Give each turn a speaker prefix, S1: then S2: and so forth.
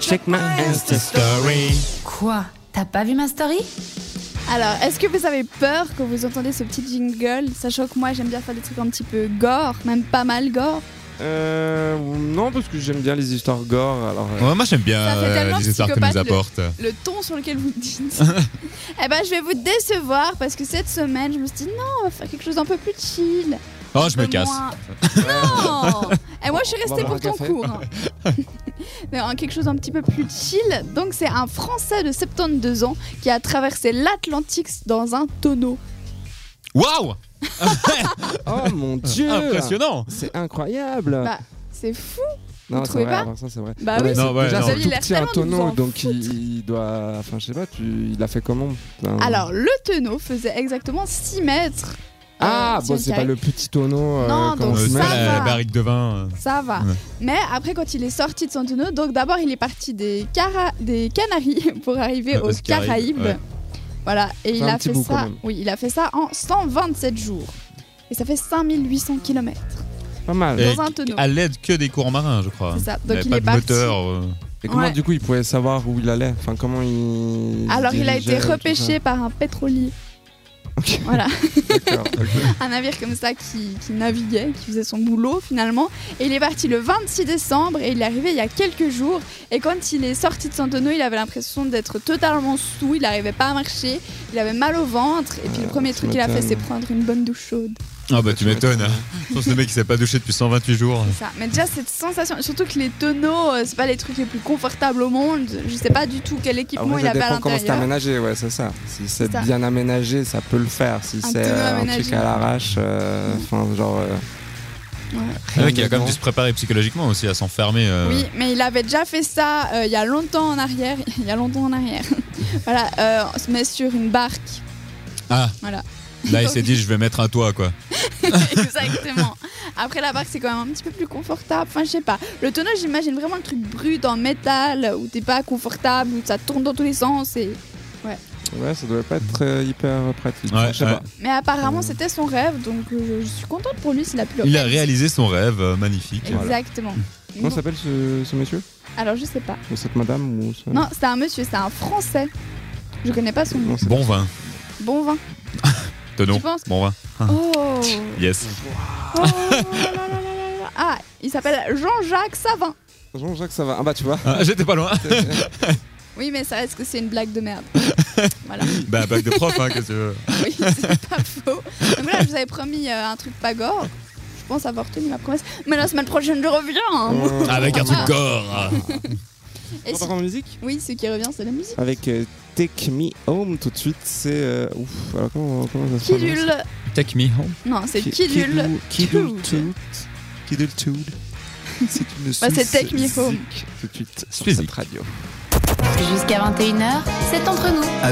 S1: Check my Insta story.
S2: Quoi T'as pas vu ma story
S3: Alors, est-ce que vous avez peur quand vous entendez ce petit jingle Sachant que moi, j'aime bien faire des trucs un petit peu gore, même pas mal gore.
S1: Euh, non, parce que j'aime bien les histoires gore. Alors, euh,
S4: Ouais, moi j'aime bien
S3: Ça fait
S4: euh,
S3: tellement
S4: les histoires que nous
S3: psychopathe, le-
S4: apporte.
S3: Le ton sur lequel vous le dites. eh ben, je vais vous décevoir parce que cette semaine, je me suis dit non, on va faire quelque chose d'un peu plus chill.
S4: Oh, je me
S3: Un peu
S4: casse.
S3: moins- Non Et moi, je suis restée
S1: On va
S3: pour ton
S1: boire un
S3: cours. hein. Mais en quelque chose d'un petit peu plus chill. Donc, c'est un Français de 72 ans qui a traversé l'Atlantique dans un tonneau.
S4: Waouh
S1: Oh mon dieu
S4: Impressionnant
S1: C'est incroyable
S3: Bah, C'est fou
S1: Non,
S3: vous
S1: c'est
S3: trouvez
S1: vrai,
S3: pas
S1: alors ça c'est vrai.
S3: Bah oui,
S1: mais
S4: Non,
S1: c'est-
S4: ouais,
S1: déjà
S4: non.
S1: c'est
S3: Vous
S1: tout
S3: avez
S1: petit
S3: l'air
S1: un
S3: tellement de vous
S1: tonneau,
S3: en
S1: donc
S3: foutre.
S1: il, il doit... Enfin je sais pas, tu... il a fait comment Enfin,
S3: Alors, le tonneau faisait exactement 6 mètres. euh,
S1: Ah,
S3: sur
S1: bon
S3: le
S1: c'est pas
S3: carré.
S1: le petit tonneau... euh,
S3: Non,
S1: comment
S3: donc
S1: on
S4: C'est
S1: se met.
S4: pas
S3: ça
S4: la,
S3: va.
S4: la barrique de vin. euh.
S3: Ça va.
S4: Ouais.
S3: Mais après, quand il est sorti de son tonneau, donc d'abord, il est parti des, Cara- des Canaries pour arriver
S4: Ouais,
S3: aux
S4: parce qu'il arrive,
S3: Caraïbes.
S4: Ah, ouais.
S3: Voilà, et il
S1: un
S3: a
S1: petit
S3: fait
S1: bout, quand
S3: ça.
S1: même.
S3: Oui, il a fait ça en 127 jours. Et ça fait 5800 km
S1: Pas mal.
S4: Et
S3: dans un tonneau.
S4: À l'aide que des courants marins, je crois.
S3: C'est ça.
S4: Il
S3: Donc
S4: avait
S3: il
S4: pas
S3: est
S4: de
S3: parti.
S4: moteur. euh.
S1: Et comment
S3: Ouais.
S1: du coup il pouvait savoir où il allait Enfin comment il...
S3: Alors il a
S1: dirigeait,
S3: été
S1: tout ça
S3: repêché par un pétrolier.
S1: Ok.
S3: Voilà,
S1: D'accord.
S3: un navire comme ça qui, qui naviguait, qui faisait son boulot finalement. Et il est parti le 26 décembre et il est arrivé il y a quelques jours. Et quand il est sorti de son tonneau, il avait l'impression d'être totalement sous, il n'arrivait pas à marcher, il avait mal au ventre. Et puis le
S1: Ah,
S3: premier
S1: tu
S3: truc qu'il a fait,
S1: m'étonnes.
S3: c'est prendre une bonne douche chaude.
S4: Ah bah tu m'étonnes. Je pense que le mec il s'est pas douché depuis 128 jours.
S3: Ça. Mais déjà cette sensation, surtout que les tonneaux, euh, c'est pas les trucs les plus confortables au monde. Je sais pas du tout quel équipement
S1: Après,
S3: il
S1: ça
S3: avait à
S1: dépend comment c'est
S3: l'intérieur.
S1: aménagé, ouais, c'est ça. Si c'est
S3: ça.
S1: bien aménagé, ça peut le faire. Si
S3: Un
S1: c'est
S3: tonneau
S1: euh, un
S3: aménagé.
S1: truc à l'arrache, euh, enfin, genre. euh,
S4: Le mec il a quand même dû se préparer psychologiquement aussi à s'enfermer. euh.
S3: Oui, mais il avait déjà fait ça euh, il y a longtemps en arrière. il y a longtemps en arrière. voilà, euh, on se met sur une barque.
S4: Ah
S3: Voilà.
S4: Là il s'est dit je vais mettre un toit quoi.
S3: Exactement. Après la barque, c'est quand même un petit peu plus confortable. Enfin, je sais pas. Le tonneau, j'imagine vraiment le truc brut en métal où t'es pas confortable, où ça tourne dans tous les sens. Et...
S1: Ouais, ça devait pas être euh, hyper pratique.
S4: Ouais,
S1: je sais
S4: ouais.
S1: pas.
S3: Mais apparemment,
S1: Euh.
S3: c'était son rêve, donc euh, je, je suis contente pour lui s'il a pu le
S4: Il a réalisé son rêve, euh, magnifique.
S3: Exactement.
S1: Comment
S3: Bon.
S1: s'appelle ce, ce monsieur
S3: Alors, je sais pas.
S1: Ou cette madame ou ce-
S3: Non, c'est un monsieur, c'est un français. Je connais pas son nom.
S1: Non, c'est-
S4: Bon vin.
S3: Bon vin.
S4: Tenons.
S3: Tu penses
S4: Bon vin.
S3: Oh.
S4: Yes.
S3: Oh là là là là là. Ah, il s'appelle Jean-Jacques Savin.
S1: Jean-Jacques, ça va. Ah bah, tu vois.
S4: Ah, J'étais pas loin.
S3: Oui, mais ça reste que c'est une blague de merde. voilà.
S4: bah bac de prof hein, qu'est-ce que tu veux.
S3: Oui, c'est pas faux. Donc là, je vous avais promis euh, un truc pas gore. Je pense avoir tenu ma promesse. Mais la semaine prochaine, je reviens. hein.
S1: Euh,
S4: Ah, Avec un truc gore.
S3: Et
S1: on
S3: si-
S1: part en musique
S3: Oui, ce qui revient, c'est la musique.
S1: Avec euh, Take Me Home tout de suite, c'est. euh, Ouf, alors comment, comment ça se prononce
S3: Kidul.
S4: Take me home.
S3: Non, Hein, c'est
S1: Ki-
S3: Kidul.
S1: Kidul
S3: Tood.
S1: Toot. Kidul Toot. C'est une
S3: Bah, c'est
S1: Suisse
S3: Take Me Home.
S1: zik, Tout de suite sur
S4: Suisse
S1: cette
S4: zik.
S1: radio.
S2: Jusqu'à 21h, c'est entre nous.